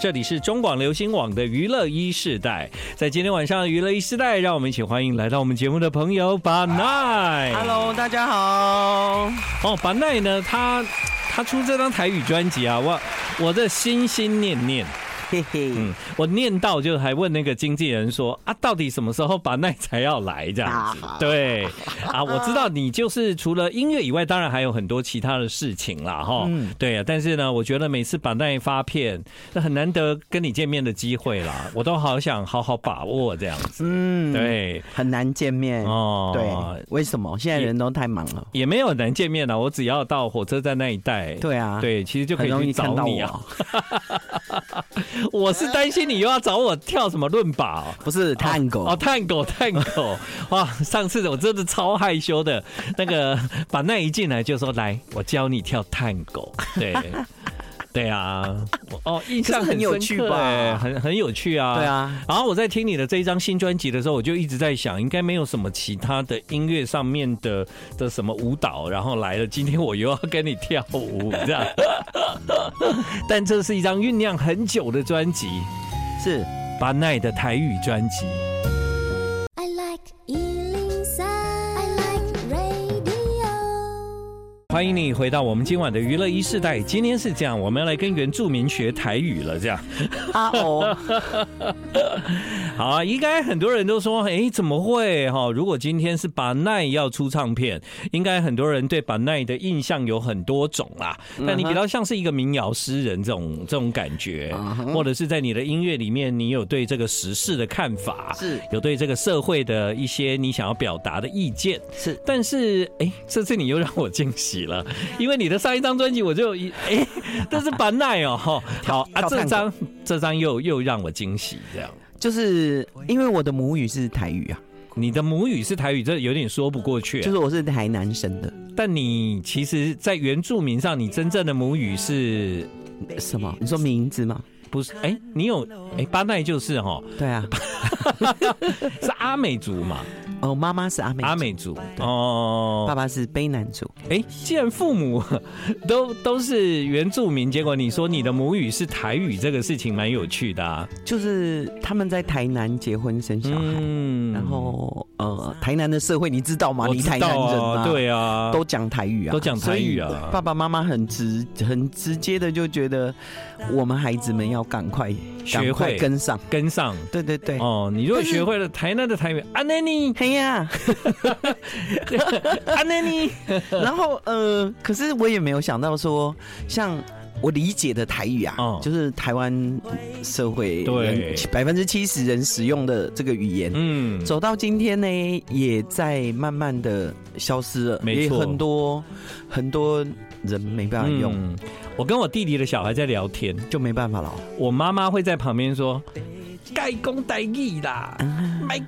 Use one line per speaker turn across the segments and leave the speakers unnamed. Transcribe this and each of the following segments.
这里是中广流行网的娱乐一世代，在今天晚上的娱乐一世代，让我们一起欢迎来到我们节目的朋友把奈。
Hello，大家好。
哦，把奈呢，他他出这张台语专辑啊，我我的心心念念，
嘿嘿，
嗯，我念到就还问那个经纪人说啊，到底什么时候把奈才要来这样子？对啊，我知道你就是除了音乐以外，当然还有很多其他的事情啦，哈。
嗯
对啊，但是呢，我觉得每次把奈发片，那很难得跟你见面的机会啦，我都好想好好把握这样子。
嗯，，
对，
很难见面。
哦
对，为什么现在人都太忙了？
也没有很难见面啊啦，我只要到火车站那一带。
对啊，，
对，其实就可
很
以
容
去
易看
找
到
你啊！
我。
我是担心你又要找我跳什么论把、哦，
不是探狗
哦，探狗探狗， 哇！上次我真的超害羞的，那个把那一进来就说来，我教你跳探狗，对。对啊，我哦，印象
可是很有趣
深刻
吧
哎很很有趣啊。
对啊，
然后我在听你的这一张新专辑的时候，我就一直在想，应该没有什么其他的音乐上面的的什么舞蹈，然后来了，今天我又要跟你跳舞这样。 但这是一张酝酿很久的专辑，
是
巴奈的台语专辑。
I like Ealing Sound. I like radio.
欢迎你回到我们今晚的娱乐一世代。今天是这样，我们要来跟原住民学台语了。这样，
阿哦 欧，
好啊，应该很多人都说，哎，怎么会哈、如果今天是把奈要出唱片，应该很多人对把奈的印象有很多种啦。但你比较像是一个民谣诗人这种这种感觉，或者是在你的音乐里面，你有对这个时事的看法，
是
有对这个社会的一些你想要表达的意见。
是
但是哎、这次你又让我惊喜 了，因为你的上一张专辑我就一哎、但是板奈 哦，吼好啊，
跳
这
探
张这张又又让我惊喜，这样。
就是因为我的母语是台语啊，
你的母语是台语，这有点说不过去啊、
就是我是台南生的。
但你其实，在原住民上，你真正的母语是
什么？你说名字吗？
不是？哎、你有哎、巴奈就是哈、
对啊，
是阿美族嘛？
哦，妈妈是阿美，
阿，美族
对
哦
爸。爸是卑南族。
哎、既然父母 都都是原住民，结果你说你的母语是台语，这个事情蛮有趣的啊。
就是他们在台南结婚生小孩，
嗯
然后呃，台南的社会你知道吗？
我
你
知
台
道
南人
啊
啊，
对啊，
都讲台语啊，
都讲台语啊
所以爸爸妈妈很直很直接的就觉得，我们孩子们要赶快
学会
赶快跟上。
跟上。
对对对，
哦，你如果学会了台南的台语，啊安奈尼，
嘿 呀，啊
安奈尼，
然后呃，可是我也没有想到说，像我理解的台语啊，
哦
就是台湾社会
对
百分之七十人使用的这个语言，
嗯，
走到今天呢，也在慢慢的消失了，
没
也
错
很多很多人没办法用，
嗯。我跟我弟弟的小孩在聊天，
就没办法了哦。
我妈妈会在旁边说：“盖公代义啦，卖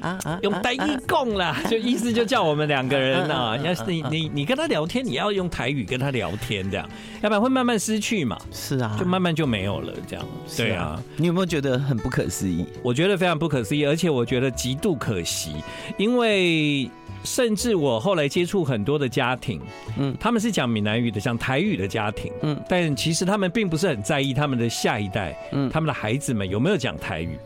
啊啊
用台语供啦。”就意思就叫我们两个人啊，
啊啊啊
要是你你你跟他聊天，你要用台语跟他聊天，这样，要不然会慢慢失去嘛，
是啊，
就慢慢就没有了，这样。
是
对啊，。
你有没有觉得很不可思议？
我觉得非常不可思议，而且我觉得极度可惜，因为甚至我后来接触很多的家庭，嗯
嗯，
他们是讲闽南语的，讲台语的家庭，嗯
嗯，
但其实他们并不是很在意他们的下一代，嗯，
嗯
他们的孩子们有没有讲台语，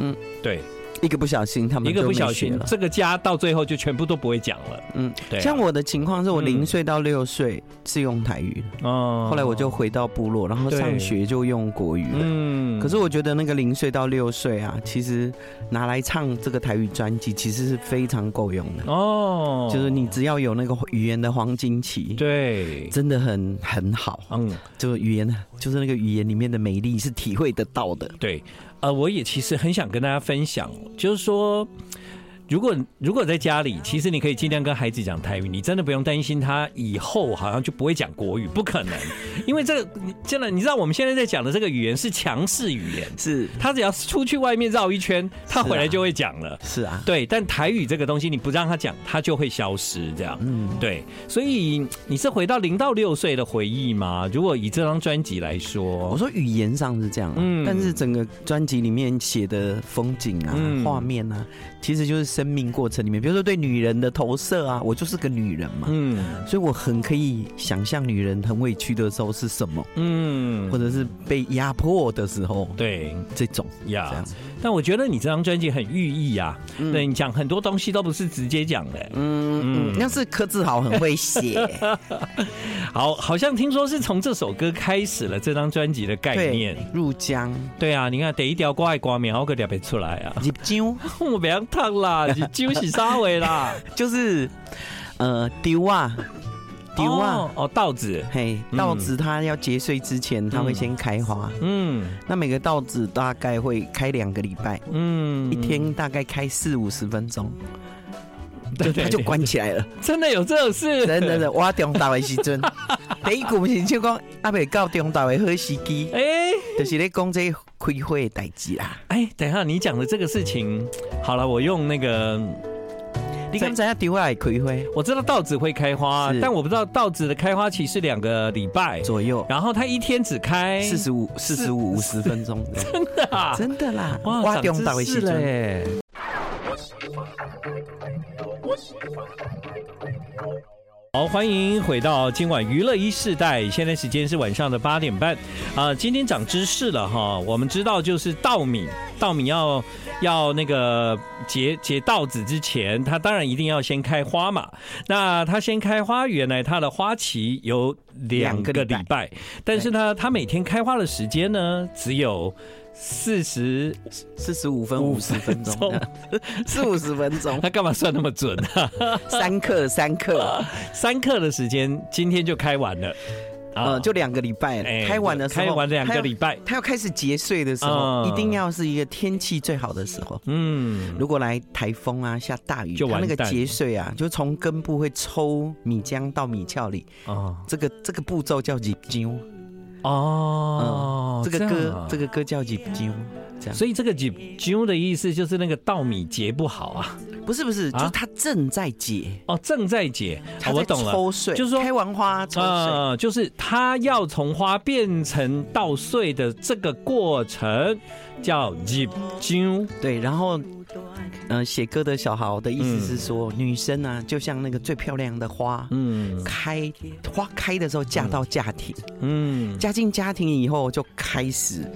嗯
嗯，
对，
一个不小心，他们
一个
就
不
没
小
学
心，
了。
这个家到最后就全部都不会讲了，
嗯，
对啊
像我的情况是我
嗯
零岁到六岁是用台语，
哦
后来我就，回到部落，然后
对
上学就用国语了。
嗯
可是我觉得那个零岁到六岁啊，其实拿来唱这个台语专辑，其实是非常够用的。
哦
就是你只要有那个语言的黄金期，
对。
真的很很好。
嗯，
就是语言，就是那个语言里面的美丽是体会得到的。
对，呃，我也其实很想跟大家分享，就是说，如果如果在家里，其实你可以尽量跟孩子讲台语，你真的不用担心他以后好像就不会讲国语，不可能，因为这个你真的，你知道我们现在在讲的这个语言是强势语言，
是
他只要出去外面绕一圈，他
是啊
回来就会讲了。
是啊，
对，但台语这个东西你不让他讲，他就会消失。这样，嗯，对，所以你是回到零到六岁的回忆吗？如果以这张专辑来
我
说，
说语言上是这样啊、
嗯
但是整个专辑里面写的风景啊
嗯、
画、面啊，其实就是生命过程里面，比如说对女人的投射啊，我就是个女人嘛，
嗯
所以我很可以想象女人很委屈的时候是什么，
嗯
或，者是被压迫的时候，
对
这种这
呀
样。。嗯
但我觉得你这张专辑很寓意啊，对你讲很多东西都不是直接讲的、
嗯嗯，那是柯志豪很会写，
好，好像听说是从这首歌开始了这张专辑的 概念
对。，入江！
对啊，你看第一条歌的歌名，好个特别出来啊
入 江
我不要烫啦，你就是啥位啦？
就是呃丢啊 丢啊，
哦，哦，稻子，
嘿，
嗯
稻子它要结穗之前，它会先开花。
嗯
那每个稻子大概会开两个礼拜，
嗯，
一天大概开四五十分钟，
对
就
对
它就
对
关起来 了。
真的有这种事，
真的真的，我中岛的时 阵，第一句不是就讲阿未到中岛的好时机，
哎
就是咧讲这开会的代志 啦。
哎，等一下，你讲的这个事情，好了，我用那个，
你敢知影丢下来开会
我知道稻子会开花，
是
但我不知道稻子的开花期是两个礼拜，
左右？
然后它一天只开
四十五、四十五、五十分 钟，
哎啊
真的啦！
哇，
我
长
中岛的
知识
时
了
阵，
耶！好，欢迎回到今晚娱乐一世代，现在时间是晚上的八点半啊、今天长知识了哈，我们知道就是稻米，稻米要要那个结结稻子之前，它当然一定要先开花嘛。那它先开花，原来它的花期有两个礼
两
拜，但是呢，它每天开花的时间呢只有四十
四十五分、五十分钟， 四五十分 钟，
他干嘛算那么 准啊？
三课三课，
三课的时间今天就开完了，啊
呃，就两个礼拜
哎
开完的时候，
开完两个礼拜
他要，他要开始结穗的时候，
嗯
一定要是一个天气最好的时候。
嗯，
如果来台风啊，下大雨，
就
它
完
那个
蛋
结穗啊，就从根部会抽米浆到米壳里，
哦
这个这个步骤叫几揪，
哦，
嗯这个
样
歌
啊
这个歌叫几揪，这样
所以这个 j u 的意思就是那个稻米结不好啊，
不是不是，就
啊
是它正在结，
哦，正在结，
它
啊
在
我懂了。
抽穗，
就是说
开完花抽穗，
呃，就是它要从花变成稻穗的这个过程叫 j u
对，然后。嗯，写歌的小豪的意
嗯
思是说，女生啊，就像那个最漂亮的花，
嗯
开花开的时候嫁到家庭，
嗯
嫁进家庭以后就开始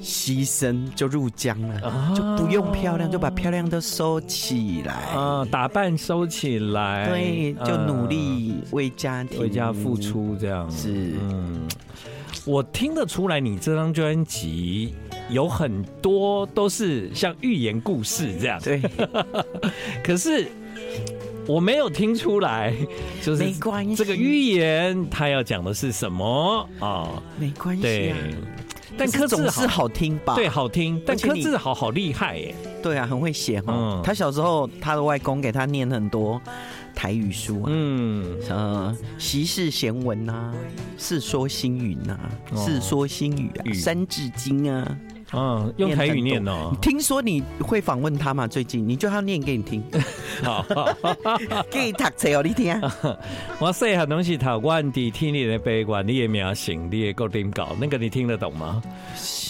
牺牲，就入江了，
啊
就不用漂亮，就把漂亮都收起来。
啊打扮收起来，
对，就
嗯
努力为家庭
为家付。出这样。
是
嗯，我听得出来，你这张专辑有很多都是像寓言故事这样，
对，
可是我没有听出来，就是
没关 系，啊
这个寓言它要讲的是什么啊？
没关系
对
啊。，
但
可
柯志
是总是
豪
好听吧？
对好听，但
而且
柯
你
志豪好厉害耶，
对啊，很会写哦
嗯。
他小时候，他的外公给他念很多台语书啊，
嗯，
呃，习氏闲文呐、啊，世说新语呐、啊，
哦
世说新语啊，
语
三字经啊。
嗯，用台语念哦
你，听说你会访问他嘛？最近你就要念给 你听，
好。
给读册哦，你听啊。
我细汉东西头，我伫听你的悲观，你的名姓，你的固定稿，那个你听得懂吗？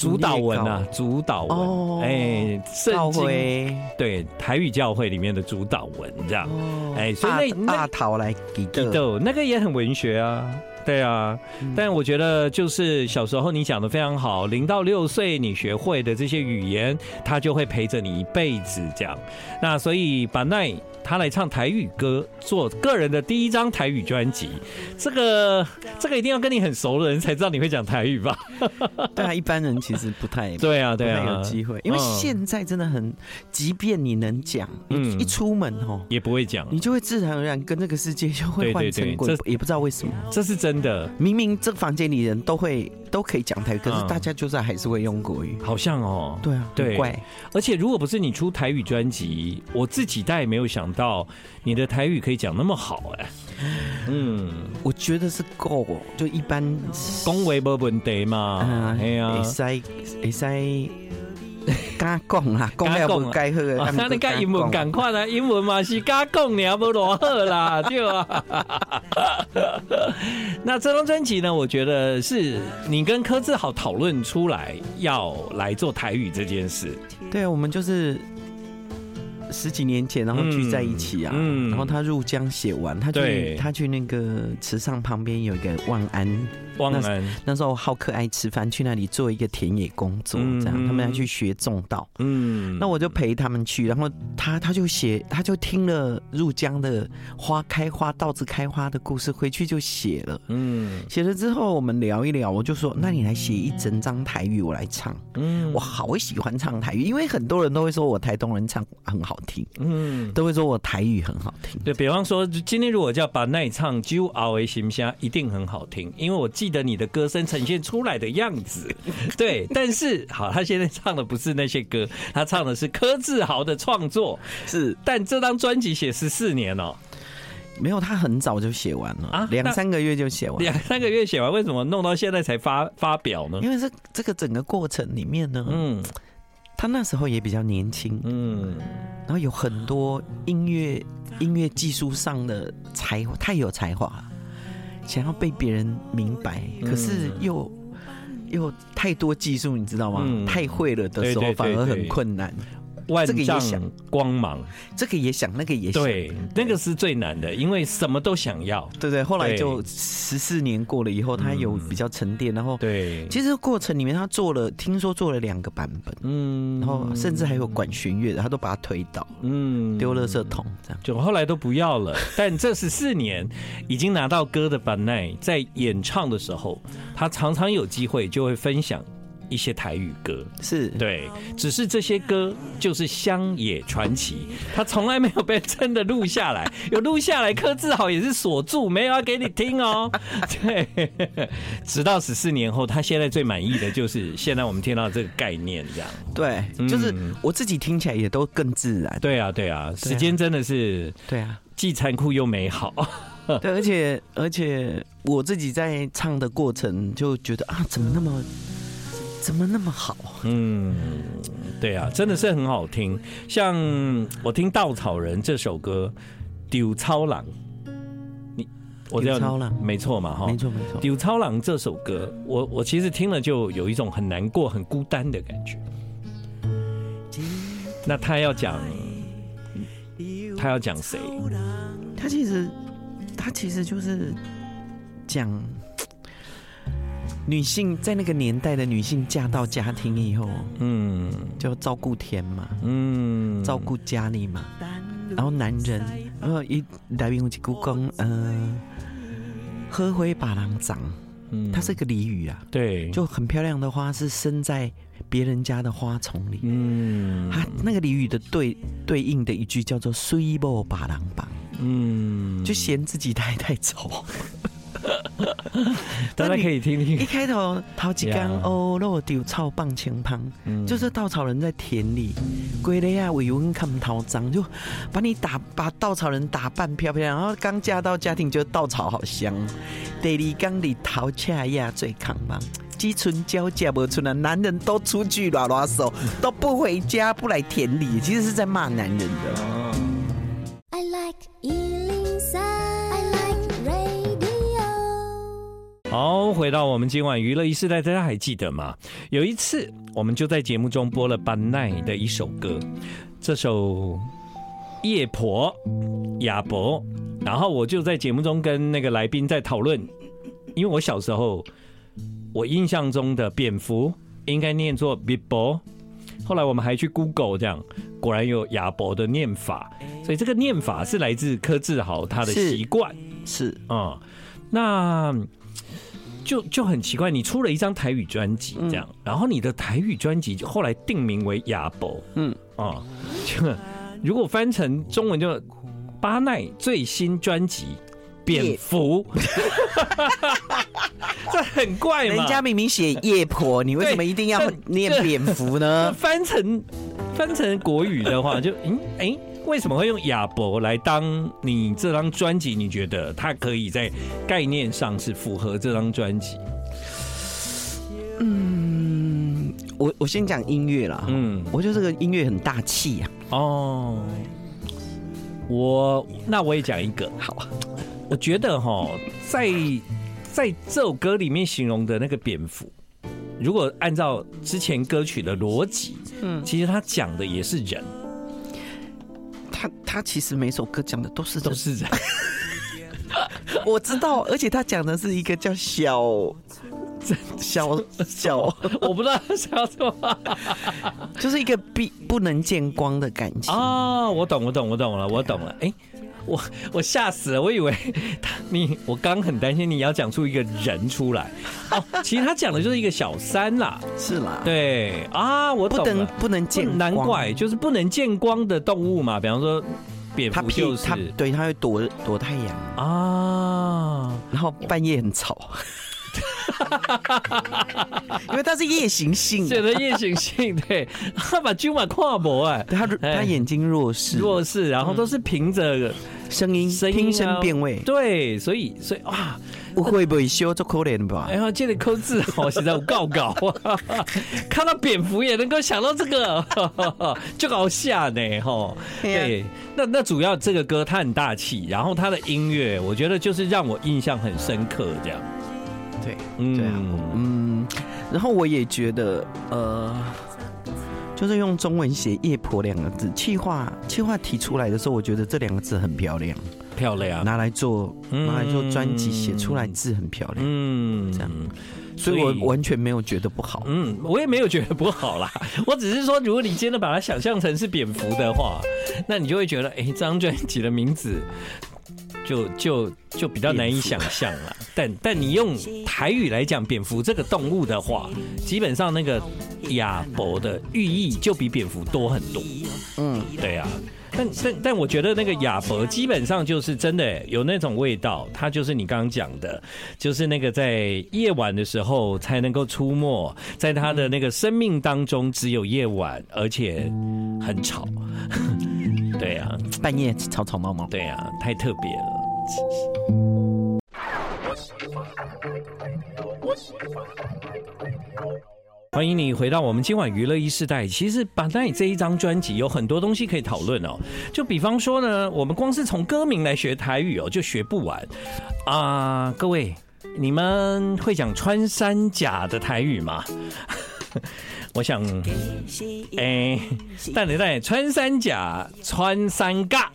主导文啊，主导文，哎、
哦
圣
教
经
会
对台语教会里面的主导文这样，哎、所以那、
阿
那
阿桃来给
那
的，
豆那个也很文学啊。对啊，
嗯
但我觉得就是小时候你讲的非常好，零到六岁你学会的这些语言，它就会陪着你一辈子这样。那所以把奈他来唱台语歌，做个人的第一张台语专辑，这个这个一定要跟你很熟的人才知道你会讲台语 吧？
对啊，一般人其实不太
对啊，对
不太
啊
有，机会，因为
嗯
现在真的很，即便你能讲，
嗯
一出门哦，
也不会讲，
你就会自然而然跟这个世界就
对对
会换成
对
轨，也不知道为什么。
这是真的，
明明这房间里人都会都可以讲台语，可
嗯
是大家就是还是会用国语。
好像哦。
对啊，
对
很怪。
而且如果不是你出台语专辑，我自己倒也没有想到你的台语可以讲那么好哎、嗯，
我觉得是够，哦就一般呃
恭维不问题嘛，哎呀、
会使会使敢 讲啦，讲了不该好啊的，
啊那你跟英文赶快啦，英文嘛是加讲你不落好啦，对吧？ 那这张专辑呢，我觉得是你跟柯志豪讨论出来要来做台语这件事，
对啊，我们就是十几年前，然后聚在一起啊，
嗯嗯
然后他入江写完，他
对
去他去那个池上旁边有一个万安，
汪安，
那时候浩克爱吃饭，去那里做一个田野工作，
嗯
这样
嗯
他们要去学种稻，
嗯，
那我就陪他们去，然后他他就写，他就听了入江的花开花、稻子开花的故事，回去就写了。
嗯
写了之后，我们聊一聊，我就说，那你来写一整张台语，我来唱。
嗯
我好喜欢唱台语，因为很多人都会说我台东人唱很好听，
嗯。
都会说我台语很好听。
对比方说，今天如果叫把耐唱 G U R A 行虾，一定很好听，因为我记得你的歌声呈现出来的样 子。对，但是好，他现在唱的不是那些歌，他唱的是柯志豪的创作。
是
但这张专辑写十四年哦、
没有，他很早就写完
啊
了，两、
那
三个月就写完了。
两三个月写完，为什么弄到现在才发发表呢？
因为这这个整个过程里面呢，
嗯
他那时候也比较年轻，
嗯
然后有很多音乐音乐技术上的才华，太有才华了，想要被别人明白，
嗯
可是又、又太多技术，你知道吗？
嗯
太会了的
对
时
对对
候反
对
而很困难。
嗯万
这个也
丈
想
光芒，
这个也想，那个也想，
对，那个是最难的，因为什么都想要。
对不对？后来
对嗯
就十四年过了以后，他有比较沉淀，然后
对，
其实过程里面他做了，听说做了两个版本，
嗯
然后甚至还有管弦乐的，他都把它推倒，
嗯
丢垃圾桶这样。
就后来都不要了。 但这十四年已经拿到歌的板奈，在演唱的时候，他常常有机会就会分享一些台语歌。
是，
对，只是这些歌就是乡野传奇，他从来没有被真的录下来，有录下来，柯志豪也是锁住，没有要给你听哦。 对，直到十四年后，他现在最满意的就是现在我们听到这个概念，这样。
对，
嗯
就是我自己听起来也都更自然。
对啊，对啊，时间真的是
对啊，
既残酷又美好。
对，而且而且我自己在唱的过程就觉得啊，怎么那么怎么那么好？
嗯，对啊，真的是很好听。像我听《稻草人》这首歌，《丢超郎》，你我
丢草郎
没错嘛哈
没。错没错，
丢超郎这首歌，我我其实听了就有一种很难过、很孤单的感觉。那他要讲，他要讲谁？
他其实他其实就是讲女性在那个年代的女性嫁到家庭以后，
嗯
就要照顾天嘛，
嗯，
照顾家里嘛，然后男人，然后一来宾有一句讲，嗯、呃，喝灰把郎长，
嗯
它是个俚语啊。
对，
就很漂亮的花是生在别人家的花丛里。
嗯
它那个俚语的对对应的一句叫做“虽不把郎绑
嗯”，，
就嫌自己太太丑。
大家可以听听
一，开头陶吉刚
Yeah
哦，落丢草棒前旁，
嗯
就是稻草人在田里，龟雷啊，尾文看桃脏，就把你打把稻草人打扮漂漂亮，然后刚嫁到家庭就稻草好香，地里缸里桃恰呀最扛棒。鸡唇交架不出来，啊男人都出去拉拉 手，都不回家，不来田里，其实是在骂男人的。
I like Ealing Sound. I like radio.
好，回到我们今晚娱乐一时代，大家还记得吗？有一次，我们就在节目中播了班奈的一首歌，这首《夜婆》亚伯，然后我就在节目中跟那个来宾在讨论，因为我小时候，我印象中的蝙蝠应该念作 b i b o 后来我们还去 Google 这样，果然有亚伯的念法，所以这个念法是来自柯志豪他的
是
习惯。
是，
啊、那就就很奇怪，你出了一张台语专辑
嗯
这样，然后你的台语专辑后来定名为亚伯，嗯
嗯
啊、就如果翻成中文就巴奈最新专辑。蝙蝠， 这很怪嘛？
哎人家明明写夜婆，你为什么一定要
对
念
对
蝙蝠
那
呢？
翻成翻成国语的话，就嗯哎、为什么会用亚伯来当你这张专辑？你觉得它可以在概念上是符合这张专辑？
嗯我我先讲音乐啦，
嗯，
我觉得这个音乐很大气呀、
哦，我那我也讲一个，好，我觉得哈，在在这首歌里面形容的那个蝙蝠，如果按照之前歌曲的逻辑，嗯，其实他讲的也是人，
他他其实每首歌讲的都是
都是人。
我知道，而且他讲的是一个叫小小小，
我不知道他想要什么
就是一个不不能见光的感情。
哦，我懂，我懂，我懂了，我懂了。哎、我我吓死了，我以为他你，我刚很担心你要讲出一个人出来。哦，其实他讲的就是一个小三啦。
是啦，，
对啊，我
不
懂
能
了。
不能见光，
难怪就是不能见光的动物嘛，比方说蝙
他
蝠
屁
就
他
是
对他会躲躲太阳，
啊。
然后半夜很 吵。因为他是夜行性，啊
选择夜行性，对，他把骏马跨博 哎，
他
哎
他眼睛弱视，
弱势，然后都是凭着
声音
声音、啊、
嗯听声辨位，
对，所以所以哇，
我会不会修做可怜吧？
哎呀，这个扣字哦，实在有告告啊， 看到蝙蝠也能够想到这个， 就搞吓呢吼。
对
对，那那主要这个歌它很大气，然后它的音乐，我觉得就是让我印象很深刻，这样，
对
嗯
对啊，嗯，然后我也觉得，呃，就是用中文写“夜婆”两个字，气化气化提出来的时候，我觉得这两个字很漂亮，
漂亮，
拿来做
啊嗯
拿来做专辑写出来字很漂亮，
嗯，
这样
所
所
以
以我完全没有觉得不好。
嗯，我也没有觉得不好啦， 我只是说，如果你真的把它想象成是蝙蝠的话，那你就会觉得，哎、这张专辑的名字就就就比较难以想象了。但但你用台语来讲蝙蝠这个动物的话，基本上那个亚伯的寓意就比蝙蝠多很多。
嗯，
对啊。但但但我觉得那个亚伯基本上就是真的欸有那种味道，它就是你刚刚讲的，就是那个在夜晚的时候才能够出没，在他的那个生命当中只有夜晚，而且很吵。 对啊，
半夜吵吵闹闹，
对啊，太特别了。欢迎你回到我们今晚娱乐一世代。其实《把奈》这一张专辑有很多东西可以讨论哦。就比方说呢，我们光是从歌名来学台语哦，就学不完啊、各位，你们会讲穿山甲的台语吗？ 我想，哎、但你在穿山甲、穿山尬。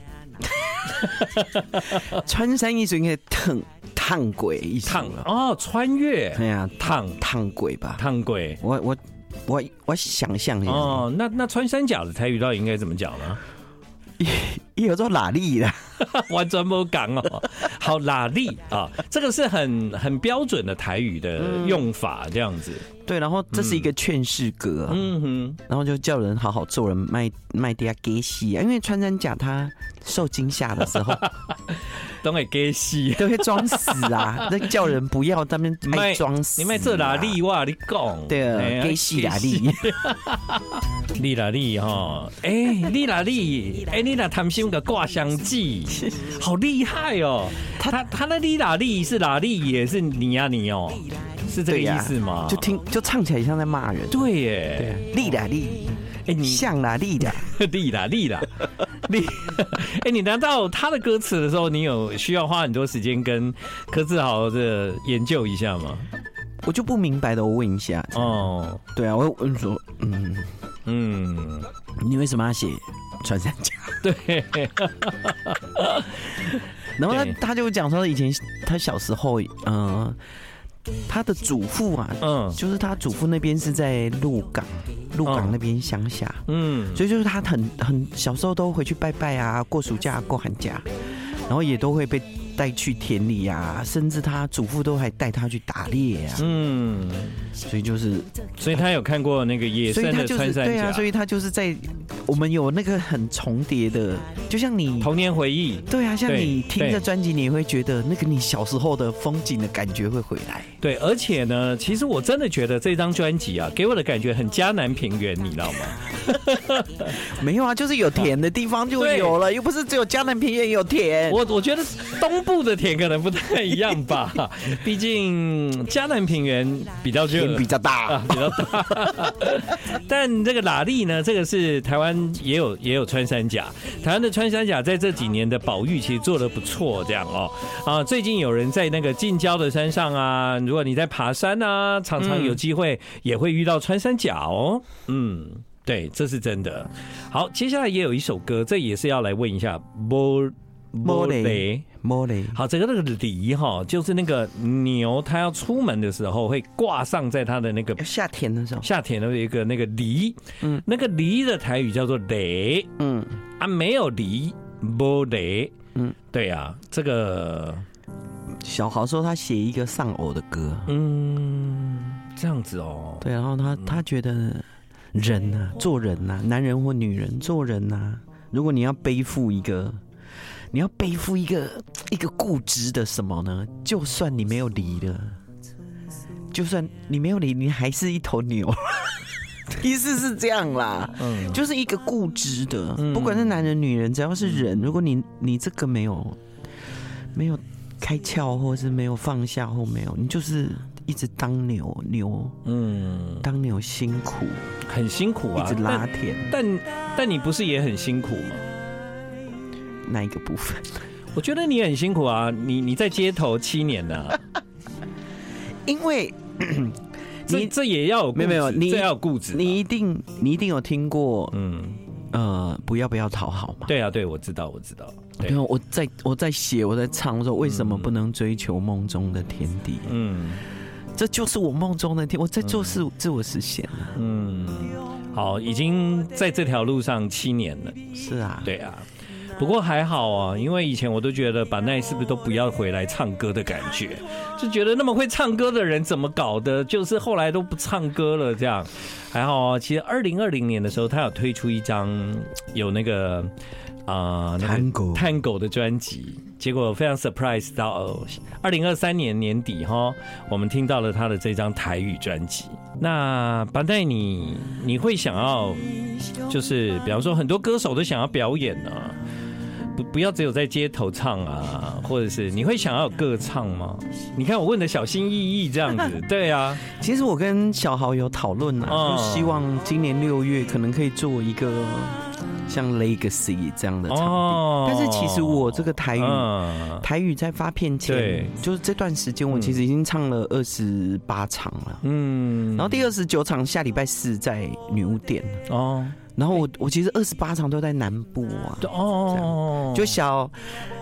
穿山一族应该烫烫啊鬼一族
烫，哦，穿越
哎呀，
烫
烫鬼吧，
烫鬼
我我我我想象一下，
哦，那那穿山甲的台语到底应该怎么讲呢？
也有做哪里啦？
完全没讲 哦，好拉力啊，这个是很很标准的台语的用法，这样子。
对，然后这是一个劝世歌、啊，
嗯哼，
然后就叫人好好做人，卖卖嗲给戏啊，因为穿山甲他受惊吓的时 候
都会给戏。
都会装死啊，那叫人不要他们爱装死、啊
你卖这拉，力哇，你讲哎
对，啊
呀
给戏拉力，
利拉利哈， 哎、利拉利，哎、你那他们用个挂香 剂，好厉害哦！他他的利拉利是拉利，也是你呀、你哦，是这个
对
意
呀
思吗？
就听就唱起来像在骂人，
对耶，
力啦力，
哎、你
像啦力啦，
利啦利啦利，哎、你拿到他的歌词的时候，你有需要花很多时间跟柯志豪的研究一下吗？
我就不明白的，我问一下，
哦，
对啊，我我就说，嗯，
嗯，
你为什么要写穿山甲？
对，
然后他
对
他就讲说，以前他小时候，嗯、他的祖父啊，
嗯
就是他祖父那边是在鹿港，鹿
嗯
港那边乡下，
嗯，
所以就是他很很小时候都回去拜拜啊，过暑假、过寒假，然后也都会被带去田里啊，甚至他祖父都还带他去打猎啊，
嗯，
所以就是，
所以他有看过那个野
所以
生
他
的
就是
穿山
对
甲，
啊，所以他就是在我们有那个很重叠的，就像你。
童年回忆，
对啊，像
对
你听
对
着专辑，你也会觉得那个你小时候的风景的感觉会回来。
对，而且呢，其实我真的觉得这张专辑啊，给我的感觉很迦南平原，你知道吗？
没有啊，就是有田的地方就有了，又不是只有江南平原有田。
我我觉得东部的田可能不太一样吧，毕竟 迦南平原比较热
田。比较大，
啊，比较大， 但这个拉力呢，这个是台湾也有也有穿山甲，台湾的穿山甲在这几年的保育其实做的不错，这样哦啊，最近有人在那个近郊的山上啊，如果你在爬山啊，常常有机会也会遇到穿山甲哦，嗯，对，这是真的。好，接下来也有一首歌，这也是要来问一下莫
莫雷莫雷，
好，这个那个梨哈，就是那个牛，它要出门的时候会挂上在它的那个
要夏天的时候，
夏天的一个那个梨，
嗯
那个梨的台语叫做雷
嗯，
啊，没有梨，莫雷，嗯
嗯，
对啊，这个，
小豪说他写一个丧偶的歌，
嗯，这样子哦，
对，然后他他觉得人呐、做人呐、男人或女人做人呐、如果你要背负一个，你要背负一个一个固执的什么呢？就算你没有离了，就算你没有离，你还是一头牛。 意思是这样啦，
嗯，
就是一个固执的
嗯，
不管是男人女人，只要是人，如果你你这个没有没有开窍，或是没有放下，或没有，你就是一直当牛牛
嗯，
当牛辛苦，
很辛苦
一
啊，
直拉
但
舔
但但你不是也很辛苦吗？
那一个部分，
我觉得你很辛苦啊，你你在街头七年啊了、
因为
这
你
这也要有固执
没有没有你
这要有固执啊，
你一定你一定有听过
嗯，
呃不要不要讨好嘛。
对啊，对，我知道，我知道，对
然，后我在我在写我在唱的时候，为什么不能追求梦中的天地？
嗯
这就是我梦中的天，我在做事自我实现啊。
嗯，好，已经在这条路上七年了，
是啊，
对啊。不过还好啊，因为以前我都觉得板奈是不是都不要回来唱歌的感觉，就觉得那么会唱歌的人怎么搞的，就是后来都不唱歌了这样。还好啊，其实二零二零年的时候，他有推出一张有那个啊、呃那个
韩国
探狗的专辑，结果非常 surprise 到呃二零二三年年底哈，我们听到了他的这张台语专辑。那板带你，你会想要就是，比方说很多歌手都想要表演啊，不不要只有在街头唱啊，或者是你会想要有歌唱吗？你看我问的小心翼翼这样子，对啊，
其实我跟小豪有讨论
嗯
啊，就希望今年六月可能可以做一个像 Legacy 这样的场地。但是其实我这个台语，
哦嗯
台语在发片前
对，
就是这段时间，我其实已经唱了二十八场了。
嗯
然后第二十九场下礼拜四在女巫店，
哦
然后我我其实二十八场都在南部啊，
哦，
就小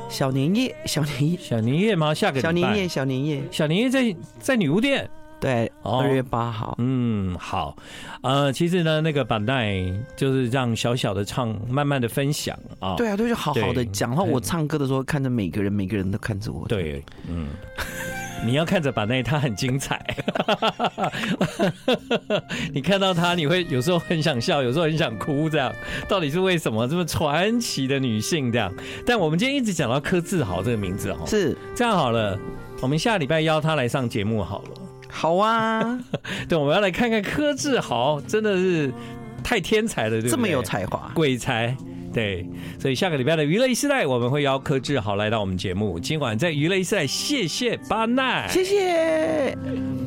小年夜、小年夜、
小年夜吗？下个礼拜
小年夜、，小年夜，
小年夜在在女巫店。
对，
哦
二月八号，
嗯，好，呃，其实呢，那个板带就是让小小的唱，慢慢的分享啊。
对啊，对，就好好
对
的讲。然后我唱歌的时候看着每个人，每个人都看着我。
对，嗯，你要看着板内，他很精彩。 你看到他，你会有时候很想笑，有时候很想哭，这样到底是为什么？这么传奇的女性这样？但我们今天一直讲到柯志豪这个名字哦，
是
这样好了，我们下礼拜邀他来上节目好了。
好啊，
对，我们要来看看柯志豪，真的是太天才了，对不对？
这么有才华，
鬼才。对，所以下个礼拜的娱乐一时代，我们会邀柯志豪来到我们节目。今晚在娱乐一时代，谢谢巴奈，
谢谢。